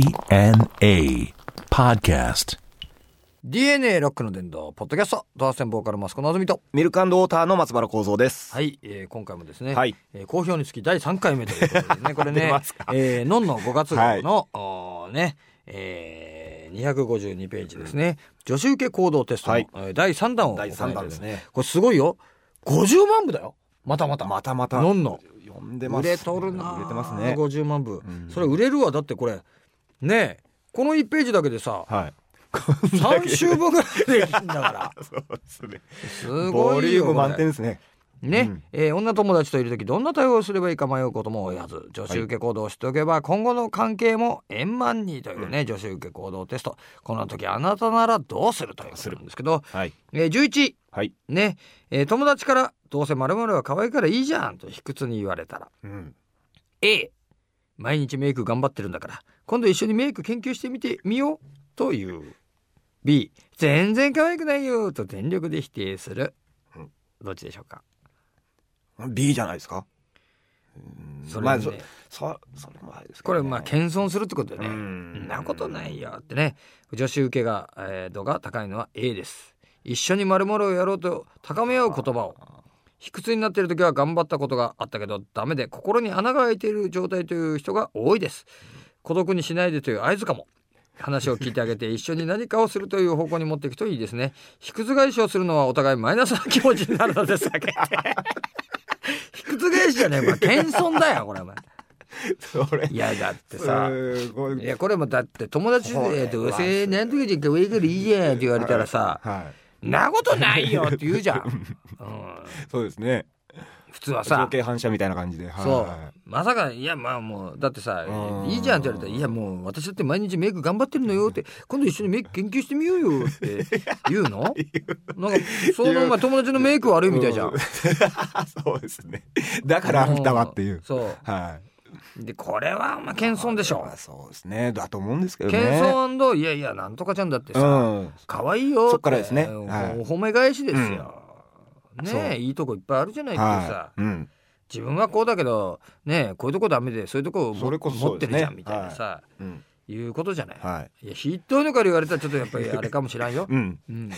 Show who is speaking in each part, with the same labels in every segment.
Speaker 1: DNA Podcast.
Speaker 2: DNA ロックの殿堂ポッドキャストドアステンボーカルマスコのぞみと
Speaker 3: ミルクウォーターの松原幸三です。
Speaker 2: はい、えー、今回もですね、
Speaker 3: はい
Speaker 2: えー好評につき第3回目ということ でねこれね
Speaker 3: 出ますか
Speaker 2: えーのんの5月号の、おーね、えー、252ページですね女子受け行動テストの、
Speaker 3: はい
Speaker 2: えー第3弾を
Speaker 3: 第三弾ですね
Speaker 2: これすごいよ50万部だよまたまた
Speaker 3: またまた。
Speaker 2: のんの
Speaker 3: 読んでま
Speaker 2: 売
Speaker 3: す。
Speaker 2: れとるな
Speaker 3: 売れてますね。
Speaker 2: 50万部、
Speaker 3: ん
Speaker 2: それ売れるわだってこれねえこの1ページだけで さ
Speaker 3: はい。
Speaker 2: 3週分ぐらいできんだ から
Speaker 3: そうですね。
Speaker 2: すごいよ
Speaker 3: ボリューム満
Speaker 2: これ
Speaker 3: 点ですね。
Speaker 2: ね、えー女友達といる時どんな対応をすればいいか迷うことも多いはず女子受け行動を知っておけば、今後の関係も円満にというね、女子受け行動テストこの時あなたならどうするということなんですけど、
Speaker 3: はい。
Speaker 2: えー11
Speaker 3: はい。
Speaker 2: ね、えー友達から「どうせ〇〇は可愛いからいいじゃん」と卑屈に言われたら
Speaker 3: うん。
Speaker 2: 「A 毎日メイク頑張ってるんだから今度一緒にメイク研究してみてみよう」という B「全然可愛くないよ」と全力で否定する
Speaker 3: うん
Speaker 2: どっちでしょうか
Speaker 3: B じゃないですか。
Speaker 2: それ
Speaker 3: まあ
Speaker 2: ね
Speaker 3: そそそれもあれですけ
Speaker 2: こ
Speaker 3: どね
Speaker 2: れまあ謙遜するってことでね「
Speaker 3: うん
Speaker 2: んなことないよ」ってね女子受けが、えー度が高いのは A です一緒に丸々をやろうと高め合う言葉を卑屈になっている時は頑張ったことがあったけどダメで心に穴が開いている状態という人が多いです孤独にしないでという合図かも話を聞いてあ げて一緒に何かをするという方向に持っていくといいですね卑屈返しをするのはお互いマイナスな気持ちになるのです避けて 卑屈返しじゃねえこれ謙遜だよこれお前
Speaker 3: それ
Speaker 2: いやだってさ
Speaker 3: すご
Speaker 2: い
Speaker 3: い。
Speaker 2: やこれもだって友達
Speaker 3: これ
Speaker 2: で「
Speaker 3: は
Speaker 2: どうせ何とかじゃんか上からいいじゃん」って言われたらさ
Speaker 3: は
Speaker 2: 「なことないよ」って言うじゃ ん、うん、
Speaker 3: い。そうですね。
Speaker 2: 普通は
Speaker 3: 情
Speaker 2: さ
Speaker 3: 景反射みたいな感じで。はい
Speaker 2: そう
Speaker 3: はい
Speaker 2: まさか「いやまあもうだってさ
Speaker 3: うん
Speaker 2: いいじゃん」って言われたら「いやもう私だって毎日メイク頑張ってるのよ」って「今度一緒にメイク研究してみようよ」って言う のなんかそのお前友達のメイク悪いみたいじゃん
Speaker 3: う。 そうですね。だからあんたはっていう。
Speaker 2: そ
Speaker 3: はい。
Speaker 2: うでこれはまあ謙遜でしょ
Speaker 3: あそうですね。だと思うんですけど
Speaker 2: 謙
Speaker 3: ね。
Speaker 2: 遜いやいやなんとかちゃんだってさ
Speaker 3: うん。
Speaker 2: 可愛いよって
Speaker 3: そっからですね
Speaker 2: もう
Speaker 3: はい
Speaker 2: お褒め返しですよ、
Speaker 3: そう
Speaker 2: ねえいいとこいっぱいあるじゃないってさ
Speaker 3: はい。うん。
Speaker 2: 自分はこうだけどねえこういうとこダメでそういうとこも
Speaker 3: それこそ
Speaker 2: 持
Speaker 3: そ
Speaker 2: っ
Speaker 3: う
Speaker 2: てる
Speaker 3: ですね
Speaker 2: じゃんみたいなさ、
Speaker 3: うん。
Speaker 2: い、うことじゃない、、
Speaker 3: はい
Speaker 2: やひっどいのから言われたらちょっとやっぱりあれかもしら んよ
Speaker 3: い。う、ん。
Speaker 2: うん、
Speaker 3: ど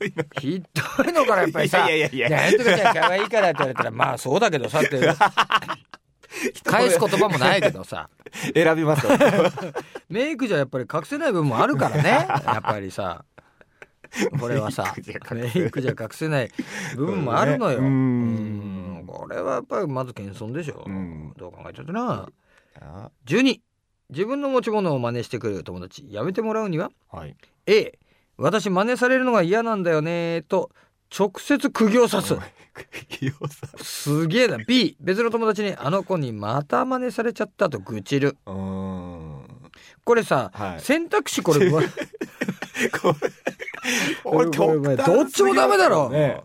Speaker 3: ういうの
Speaker 2: ひっどいのからやっぱりさ「
Speaker 3: いやいやいやい
Speaker 2: な
Speaker 3: や
Speaker 2: んとかちゃん可愛いから」って言われたら「まあそうだけどさ」って 返す言葉もないけどさ
Speaker 3: 選 びますか
Speaker 2: メイクじゃやっぱり隠せない部分もある からねやっぱりさこれはさメイクじゃ隠せない部分もあるのよ、
Speaker 3: そうねうん
Speaker 2: うんこれはやっぱりまず謙遜でしょ、
Speaker 3: うん
Speaker 2: どう考えたってな12自分の持ち物を真似してくれる友達やめてもらうには
Speaker 3: はい。
Speaker 2: A 私真似されるのが嫌なんだよねと直接釘を刺す
Speaker 3: 企業さ
Speaker 2: すげえな B 別の友達にあの子にまた真似されちゃったと愚痴る
Speaker 3: ん。うーん。
Speaker 2: これさ、
Speaker 3: はい
Speaker 2: 選択肢これ
Speaker 3: これ、これ極端すぎますよね
Speaker 2: どっちもダメだろ
Speaker 3: ね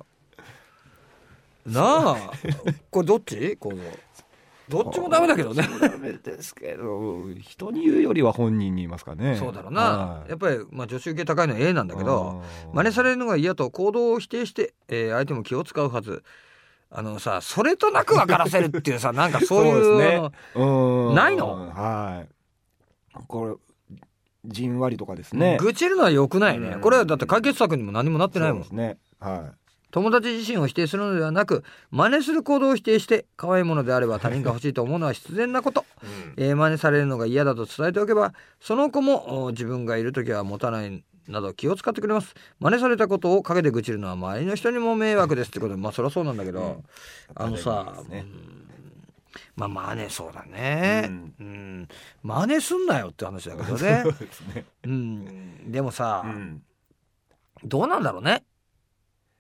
Speaker 2: なあ これどっちこのどっちもダメだけどね
Speaker 3: ダメですけど、人に言うよりは本人に言いますかね。
Speaker 2: そうだろうな
Speaker 3: はい
Speaker 2: やっぱり、まあ、女子受け高いのは A なんだけど
Speaker 3: うん
Speaker 2: 真似されるのが嫌と行動を否定して、えー相手も気を使うはずあのさそれとなく分からせるって いうさなんかそういう
Speaker 3: そうです
Speaker 2: あ
Speaker 3: ね
Speaker 2: の。
Speaker 3: うーん。
Speaker 2: ないの
Speaker 3: はい。これ、じんわりとかですね。
Speaker 2: 愚痴るのは良くないね
Speaker 3: うん
Speaker 2: これはだって解決策にも何もなってないもん
Speaker 3: そうですね。は
Speaker 2: 友達自身を否定するのではなく真似する行動を否定して可愛いものであれば他人が欲しいと思うのは必然なこと、えー真似されるのが嫌だと伝えておけばその子もお自分がいる時は持たないなど気を使ってくれます真似されたことを陰で愚痴るのは周りの人にも迷惑ですってことでまあそりゃそうなんだけど、
Speaker 3: うん
Speaker 2: あのさ、
Speaker 3: ね
Speaker 2: うんまあ真似そうだね、う
Speaker 3: うんん
Speaker 2: 真似すんなよって話だけど
Speaker 3: い。
Speaker 2: ね
Speaker 3: そうですね。
Speaker 2: うんでもさ、
Speaker 3: うん。
Speaker 2: どうなんだろうね、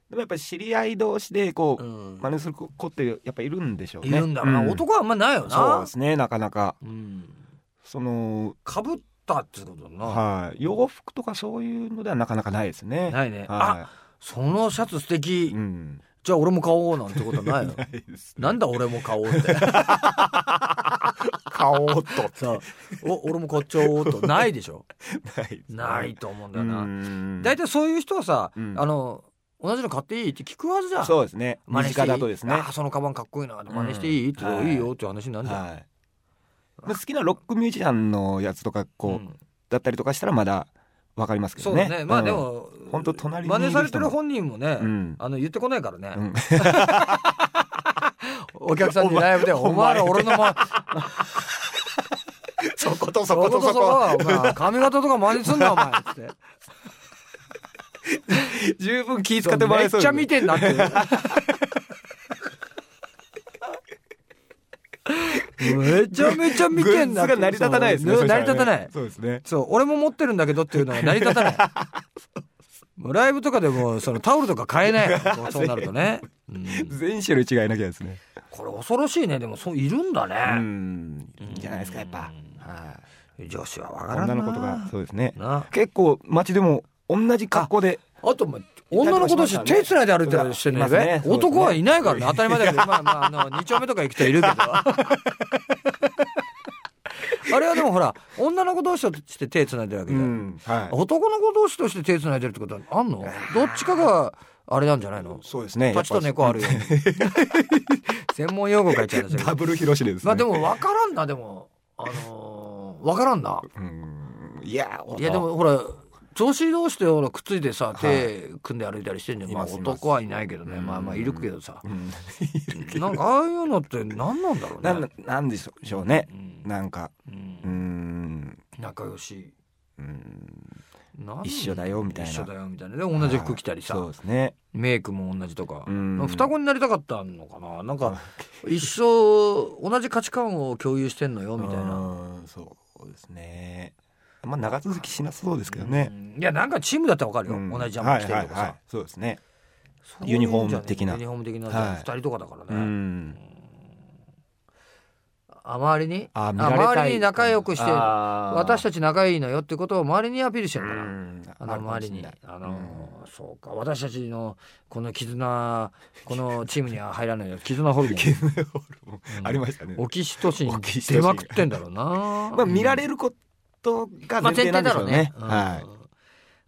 Speaker 3: でもやっぱり知り合い同士で、こ
Speaker 2: う
Speaker 3: う、
Speaker 2: ん、
Speaker 3: 真似する子ってやっぱいるんでしょうね。
Speaker 2: いるんだろうな、
Speaker 3: うん
Speaker 2: 男はあんまないよな
Speaker 3: そうですね、なかなか。
Speaker 2: うん、
Speaker 3: その、
Speaker 2: かぶったってことだな、
Speaker 3: はい、洋服とかそういうのではなかなかないですね。
Speaker 2: ないね、あ
Speaker 3: は
Speaker 2: そのシャツ素敵、
Speaker 3: い。うん。
Speaker 2: じゃあ俺も買おうなんてこと ないよ
Speaker 3: いです
Speaker 2: なんだ俺も買おうって
Speaker 3: 買おうと。
Speaker 2: さお俺も買っちゃおうとないでしょ
Speaker 3: ないですね
Speaker 2: ない。と思うんだ
Speaker 3: う
Speaker 2: よな、
Speaker 3: ん。
Speaker 2: 大体そういう人はさ、
Speaker 3: うん
Speaker 2: あの同じの買っていいって聞くはずじゃん
Speaker 3: そうですね。
Speaker 2: 真
Speaker 3: 身
Speaker 2: 似してい
Speaker 3: 近
Speaker 2: い
Speaker 3: だとですね。
Speaker 2: あそのカバンかっこいいな真似していい、って
Speaker 3: うんはい
Speaker 2: いいよって話になるじゃん、
Speaker 3: はい。まあ、好きなロックミュージシャンのやつとかこう、
Speaker 2: うん
Speaker 3: だったりとかしたらまだわかりますけ
Speaker 2: そ
Speaker 3: ど
Speaker 2: うだ
Speaker 3: ね
Speaker 2: ねまあで、も
Speaker 3: ほんと隣にいる
Speaker 2: 真
Speaker 3: 人も
Speaker 2: 似されてる本人もね、
Speaker 3: うん
Speaker 2: あの言ってこないからね、
Speaker 3: うんうん
Speaker 2: お客さんにライブで「
Speaker 3: お前
Speaker 2: お前ら俺のま
Speaker 3: そことそ
Speaker 2: そ
Speaker 3: こ
Speaker 2: こととそ
Speaker 3: そこ
Speaker 2: こはお前髪型とか真似すんなお前」つって。
Speaker 3: 十分気使ってもらえそう
Speaker 2: めっちゃ見
Speaker 3: て
Speaker 2: てんなって。めちゃめちゃ見てんな
Speaker 3: グッズが成り立たないですね
Speaker 2: そう
Speaker 3: そした
Speaker 2: 成
Speaker 3: ら
Speaker 2: り
Speaker 3: ね
Speaker 2: 立たない。
Speaker 3: そうですね
Speaker 2: そう、俺も持ってるんだけどっていうのは成り立たない。 もうライブとかでもそのタオルとか買えない。そうなると ね。うん
Speaker 3: 全種類違いなきゃですね
Speaker 2: これ恐ろしいね。でもそういるんだ
Speaker 3: う
Speaker 2: ね。
Speaker 3: んいいんじゃないですかやっぱは
Speaker 2: 女子はわ
Speaker 3: い
Speaker 2: からんな。
Speaker 3: 女の子とかそうですね
Speaker 2: な。
Speaker 3: 結構街でも同じ格好で
Speaker 2: あと、まあ、女の子同士手つないで歩いてる人いない
Speaker 3: います
Speaker 2: ね
Speaker 3: ね。
Speaker 2: 男はいないからね。当たり前だけど、まあまあ、あの、二丁目とか行く人いるけ ど。あれはでもほら、女の子同士として手つないでるわけ
Speaker 3: う
Speaker 2: じゃん。
Speaker 3: んはい
Speaker 2: 男の子同士として手つないでるってことはあんのどっちかが、あれなんじゃないの
Speaker 3: そうですね
Speaker 2: パチと
Speaker 3: やっぱ
Speaker 2: 猫あるよ。専門用語書いちゃいましたけ
Speaker 3: ダ
Speaker 2: ど。
Speaker 3: ブル広しですね
Speaker 2: まあでも分からんな、でも。あのー、分からんな。
Speaker 3: うんいや
Speaker 2: いやでもほら女子同士でほらくっついてさ手組んで歩いたりしてんじゃん、
Speaker 3: い
Speaker 2: まあ、
Speaker 3: ますいます
Speaker 2: 男はいないけどね
Speaker 3: うん
Speaker 2: まあまあいるけどさ
Speaker 3: うん
Speaker 2: なんかああいうのって何なんだろうね
Speaker 3: なんなんでしょうね
Speaker 2: うん
Speaker 3: なんか
Speaker 2: うん
Speaker 3: うん
Speaker 2: 仲良し
Speaker 3: うん
Speaker 2: なん
Speaker 3: 一緒だよみたいな
Speaker 2: 一緒だよみたいなで同じ服着たり
Speaker 3: そう
Speaker 2: さ
Speaker 3: ですね
Speaker 2: メイクも同じとか
Speaker 3: うん
Speaker 2: 双子になりたかったのかななんか一緒同じ価値観を共有してんのよみたいな
Speaker 3: うんそうですねまあ長続きしなさそうですけどね、
Speaker 2: うんいやなんかチームだったら分かるよ
Speaker 3: うん
Speaker 2: 同じジャンプ着てるとか
Speaker 3: はいはい
Speaker 2: さ
Speaker 3: はいそうですね
Speaker 2: そういうんじゃない
Speaker 3: ユニフォーム的な
Speaker 2: ユニフォーム的な
Speaker 3: はい
Speaker 2: 2人とかだからね、
Speaker 3: うん
Speaker 2: あ周りに
Speaker 3: あ
Speaker 2: あ
Speaker 3: 見られたい
Speaker 2: 周りに仲良くして
Speaker 3: あー
Speaker 2: 私たち仲いいのよってことを周りにアピールして
Speaker 3: う
Speaker 2: るから、
Speaker 3: ん
Speaker 2: あの
Speaker 3: るかも
Speaker 2: 周り
Speaker 3: しれ
Speaker 2: に
Speaker 3: ない
Speaker 2: あのーそうか私たちのこの 絆このチームには入らないよ絆ホルモン
Speaker 3: うんありましたね、
Speaker 2: オキシトシン
Speaker 3: オキシトシン
Speaker 2: 出まくってんだろうな、ま
Speaker 3: まあ見られることが
Speaker 2: まあ
Speaker 3: 前
Speaker 2: 前提
Speaker 3: 提なんで
Speaker 2: だ
Speaker 3: しょ
Speaker 2: ろ
Speaker 3: う
Speaker 2: う
Speaker 3: ね
Speaker 2: ね、、うん
Speaker 3: はい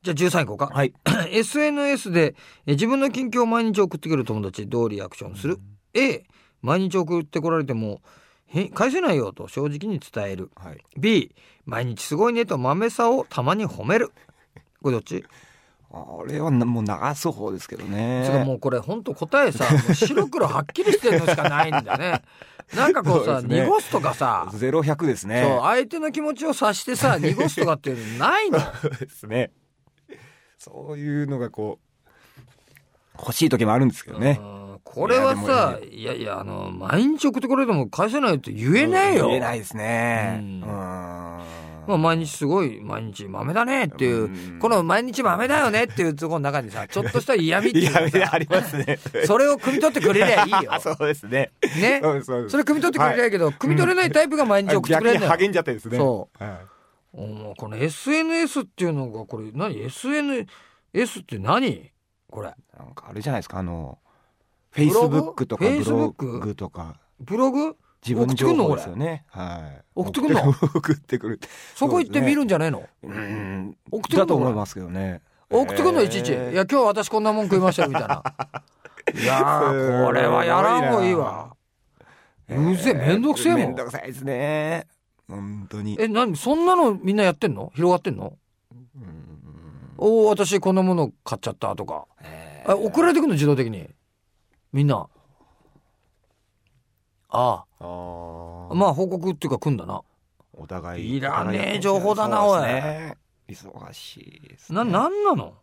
Speaker 2: じゃあ13位いこうか、
Speaker 3: はい
Speaker 2: SNS でえ自分の近況を毎日送ってくる友達どうリアクションする、A 毎日送ってこられてもへ返せないよと正直に伝える
Speaker 3: はい
Speaker 2: B 毎日すごいねと豆さをたまに褒めるこれどっち、
Speaker 3: あれはなもう流す方ですけどね
Speaker 2: つうかもうこれほんと答えさもう白黒はっきりしてるのしかないんだ ねなんかこうさ
Speaker 3: そうですね
Speaker 2: 濁すとかさ、
Speaker 3: ゼロ百ですね
Speaker 2: そう相手の気持ちを察してさ 濁すとかっていうのないの
Speaker 3: そう ですねそういうのがこう欲しい時もあるんですけどね
Speaker 2: うんこれはさいやいやあの毎日送ってこられても返せないって言えないよ、
Speaker 3: 言えないですね
Speaker 2: う
Speaker 3: うんん
Speaker 2: まあ、毎日すごい毎日豆だねっていう、
Speaker 3: うん
Speaker 2: この毎日豆だよねっていうところの中 にさちょっとした嫌味って
Speaker 3: い
Speaker 2: いう
Speaker 3: や
Speaker 2: か
Speaker 3: いや
Speaker 2: さ
Speaker 3: ありますね。。
Speaker 2: それを汲み取ってくれりゃいいよ
Speaker 3: そうですね。
Speaker 2: ね
Speaker 3: そうですそうです
Speaker 2: それ汲み取ってくれりゃいいけど、汲み取れないタイプが毎日送ってく
Speaker 3: 逆
Speaker 2: れる
Speaker 3: に
Speaker 2: んだよ。
Speaker 3: 励んじゃってですね。
Speaker 2: そ
Speaker 3: は
Speaker 2: おもうこの SNS っていうのがこれ何 SNS って何これ
Speaker 3: い。なんかあれじゃないですかあのフェイ
Speaker 2: ブ
Speaker 3: ス
Speaker 2: ロ
Speaker 3: ブ
Speaker 2: グ
Speaker 3: ックとかブロ
Speaker 2: Facebook？
Speaker 3: グとか
Speaker 2: ブログ
Speaker 3: 自分情報です
Speaker 2: 送ってくん
Speaker 3: よ
Speaker 2: のこれ
Speaker 3: ね。はい。
Speaker 2: 送ってくんの
Speaker 3: 送ってくる。
Speaker 2: そこ行って見るんじゃないの、
Speaker 3: うん。
Speaker 2: 送ってくんの
Speaker 3: だと思いますけどね。
Speaker 2: 送ってくんのいちいち「い
Speaker 3: えー
Speaker 2: や今日私こんなもん食いましたよ」みたい ないやーこれはやらんほうがいいわうぜえめんどくせえも
Speaker 3: めん
Speaker 2: ん
Speaker 3: どくさいですね。本当に。
Speaker 2: え何そんなのみんなやってんの広がってんの
Speaker 3: うん
Speaker 2: おお私こんなもの買っちゃったとか
Speaker 3: え
Speaker 2: あ送られてくるの自動的にみんなああ
Speaker 3: ー
Speaker 2: まあ報告っていうか来んだな
Speaker 3: お互い
Speaker 2: いらねえ情報だなおい
Speaker 3: そうですね忙しいですね
Speaker 2: ななんなの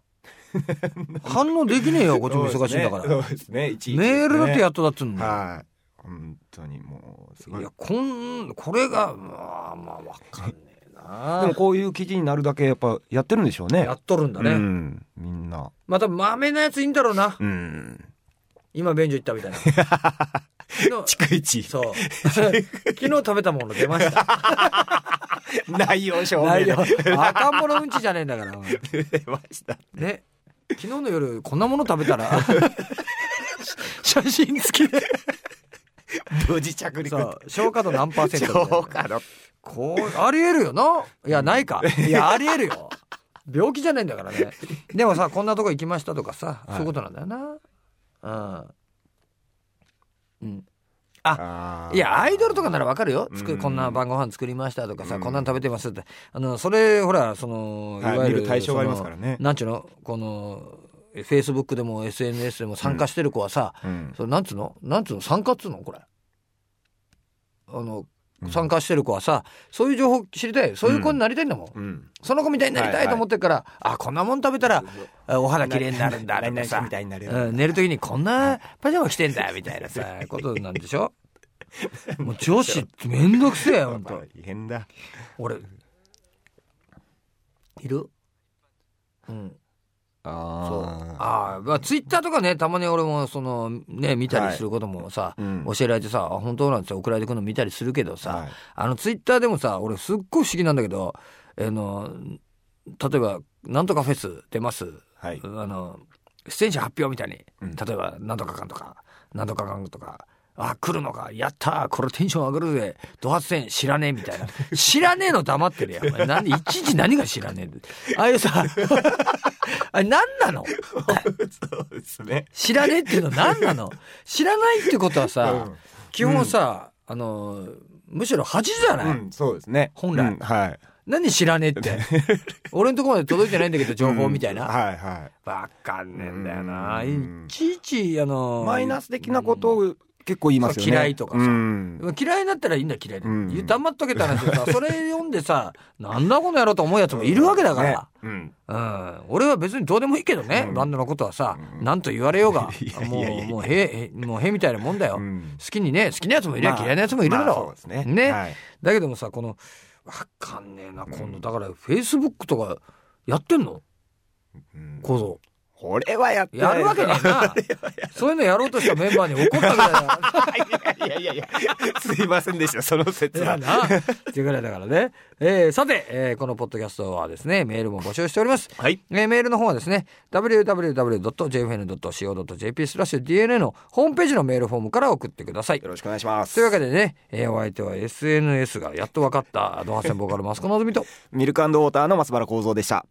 Speaker 2: 反応できねえよこっちも忙しいんだから、
Speaker 3: そうですねそうですねいちいちですね
Speaker 2: メールだってやっとだっつうのに、
Speaker 3: はい本当にもうすご
Speaker 2: い
Speaker 3: いで
Speaker 2: やこんこれがまあまあわかんねえな
Speaker 3: もこういう記事になるだけやっぱやってるんでしょうね
Speaker 2: やっとるんだね、
Speaker 3: うんみんな
Speaker 2: また豆なやついいんだろうな
Speaker 3: うん
Speaker 2: 今便所行ったみたい な昨日
Speaker 3: 逐一
Speaker 2: そう 昨日食べたもの出ま した
Speaker 3: 内容証明
Speaker 2: 内
Speaker 3: で
Speaker 2: 容赤ん坊のうんちじゃねえんだから
Speaker 3: 出ました
Speaker 2: ね昨日の夜こんなもの食べた ら写真付きで
Speaker 3: 無事着陸
Speaker 2: そう消化度何パーセントみたいな
Speaker 3: 超過の
Speaker 2: こうありえるよないやないかいやありえるよ病気じゃないんだからねでもさこんなとこ行きましたとかさ、そういうことなんだよなうん、うん、
Speaker 3: あ
Speaker 2: いやアイドルとかならわかるよ作
Speaker 3: うん
Speaker 2: こんな晩ご飯作りましたとかさ、
Speaker 3: うん
Speaker 2: こんなの食べてますってあのそれほらそのい
Speaker 3: はい
Speaker 2: わゆる、
Speaker 3: 見る対象がありますからね
Speaker 2: そのなんちゅうのこのフェイスブックでも SNS でも参加してる子はさ、
Speaker 3: うん
Speaker 2: それなんつうのなんつうの参加っつうのこれあの参加してる子はさそういう情報知りたいそういう子になりたいんだもん、
Speaker 3: うん
Speaker 2: その子みたいになりたいと思ってるから、あこんなもん食べたらあお肌綺麗になるんだ
Speaker 3: な
Speaker 2: と
Speaker 3: りな
Speaker 2: か
Speaker 3: りさん
Speaker 2: さ
Speaker 3: みたいになれる
Speaker 2: うん寝る時にこんなパジャマ着てん だみたいなさことなんでしょもう女子めんどくせえよほん と
Speaker 3: 大変だ
Speaker 2: 俺いるうん
Speaker 3: あ
Speaker 2: そう
Speaker 3: ー
Speaker 2: ああまあツイッターとかねたまに俺もそのね見たりすることもさ、
Speaker 3: うん
Speaker 2: 教えられてさあ本当なんですよ送られてくるの見たりするけどさ、
Speaker 3: はい
Speaker 2: あのツイッターでもさ俺すっごい不思議なんだけどあの例えば「なんとかフェス出ます」
Speaker 3: はい
Speaker 2: あの出演者発表みたいに、
Speaker 3: うん
Speaker 2: 例えば「なんとかかん」とか「なんとかかん」とか「あ来るのかやったーこれテンション上がるぜド発戦知らねえ」みた いな「知らねえの黙ってるやんお前なんでいちいち何が知らねえんだよああいうさ あれ何なの
Speaker 3: そうですね
Speaker 2: 知らねえっていうのは何なの知らないってことはさ、
Speaker 3: うん
Speaker 2: 基本さ、あのむしろ恥じゃない、
Speaker 3: うんそうですね
Speaker 2: 本来
Speaker 3: うんはい
Speaker 2: 何知らねえって 俺のところまで届いてないんだけど情報みたいな、
Speaker 3: うんはいはい
Speaker 2: わかんねえんだよな、
Speaker 3: うん
Speaker 2: いちいちあの
Speaker 3: マイナス的なことを結構言いますよね。
Speaker 2: そう嫌いとかさ
Speaker 3: うん
Speaker 2: 嫌いになったらいいんだよ嫌いで、
Speaker 3: うん
Speaker 2: 言う黙っとけたらさそれ読んでさなんだこの野郎と思うやつもいるわけだから、
Speaker 3: ねうん
Speaker 2: うん、俺は別にどうでもいいけどね、
Speaker 3: うん
Speaker 2: バンドのことはさ、
Speaker 3: うん
Speaker 2: なんと言われようが
Speaker 3: いやい
Speaker 2: も
Speaker 3: やいや
Speaker 2: うもうへへもうへみたいなもんだよ、
Speaker 3: うん
Speaker 2: 好きにね好きなやつもいりゃ
Speaker 3: まあ
Speaker 2: 嫌いなやつもいるだろ
Speaker 3: まあそうですねはい
Speaker 2: だけどもさこのわかんねえな今度だからフェイスブックとかやってんの
Speaker 3: うん
Speaker 2: 構造
Speaker 3: これはやって
Speaker 2: や
Speaker 3: ない
Speaker 2: るわけねえなそういうのやろうとしたメンバーに怒った ぐらいだから
Speaker 3: いやいやいやすいませんでしたその説
Speaker 2: だ
Speaker 3: は
Speaker 2: な。っていうぐらいだからね。えーさて、えーこのポッドキャストはですね、メールも募集しております。
Speaker 3: はい
Speaker 2: えーメールの方はですね、www.jfn.co.jp スラッシュ DNA のホームページのメールフォームから送ってください
Speaker 3: よ。ろしくお願いします
Speaker 2: というわけでね、えーお相手は SNS がやっと分かった、ドハセンボーカルマスコのぞみと、
Speaker 3: ミルクウォーターの松原幸三でした